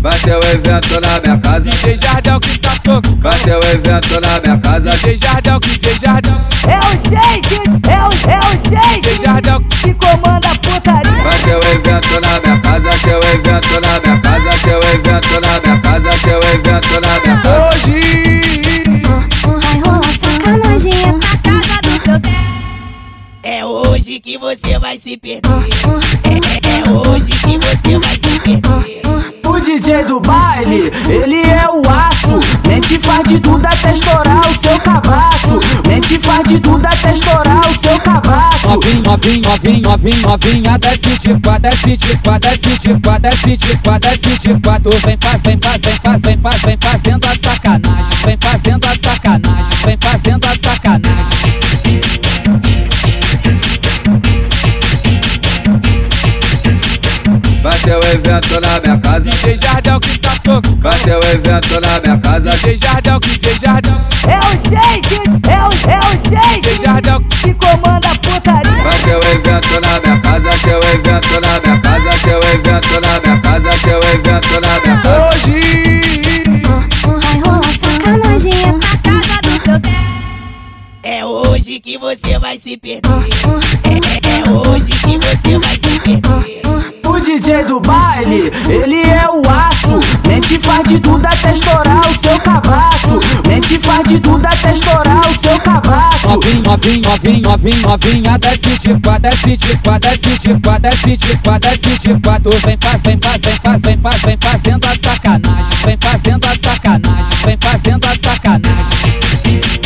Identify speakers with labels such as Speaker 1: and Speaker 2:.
Speaker 1: Bateu o evento na minha casa.
Speaker 2: DJ Jardel que tá tocando.
Speaker 1: Bateu o evento na minha casa.
Speaker 2: DJ Jardel, DJ Jardel,
Speaker 3: É o shake, é o, é o
Speaker 2: DJ
Speaker 3: shake
Speaker 2: Jardel,
Speaker 3: que comanda a putaria.
Speaker 1: Bateu o evento na minha casa. Bateu o evento na minha casa. Bateu o evento na minha casa. Bateu o evento na minha casa.
Speaker 4: Um,
Speaker 2: hoje.
Speaker 4: Sacanagem é pra casa do seu Zé.
Speaker 5: É hoje que você vai se perder.
Speaker 4: Um,
Speaker 5: É, é hoje que você vai se perder.
Speaker 6: O DJ do baile, ele é o aço. Mente faz de tudo até estourar o seu cabaço. Mente faz de tudo até estourar o seu cabaço.
Speaker 2: Novinho, novinho, novinho, novinho, novinha, desce de quatro, desce de quatro, desce de quatro, desce de quatro, desce de quatro. Vem faz, vem faz, vem faz, vem faz, vem fazendo a sacanagem, vem fazendo a sacanagem, vem fazendo a sacanagem.
Speaker 1: Bateu o evento na minha casa.
Speaker 2: DJ Jardel que tá tocando.
Speaker 1: Bateu o evento na minha casa.
Speaker 2: DJ Jardel, DJ Jardel,
Speaker 3: É o shake, é o, é o
Speaker 2: DJ
Speaker 3: shake
Speaker 2: Jardel,
Speaker 3: que comanda a putaria.
Speaker 1: Bateu o evento na minha casa. Bateu o evento na minha casa. Bateu o evento na minha casa. Bateu o evento na minha casa.
Speaker 2: hoje.
Speaker 4: Sacanagem é pra casa do seu Zé.
Speaker 5: É hoje que você vai se perder.
Speaker 4: Um,
Speaker 5: É, é hoje que você vai se perder.
Speaker 6: O DJ do baile, ele é o aço. Mente faz de tudo até estourar o seu cabaço. Mente faz de tudo até estourar o seu cabaço.
Speaker 2: Novinho, novinho, novinho, novinho, novinha, desce de quatro, desce de quatro, desce de quatro, desce de quatro, desce de quatro. Vem faz, vem faz, vem faz, vem faz, vem fazendo a sacanagem, vem fazendo a sacanagem, vem fazendo a sacanagem.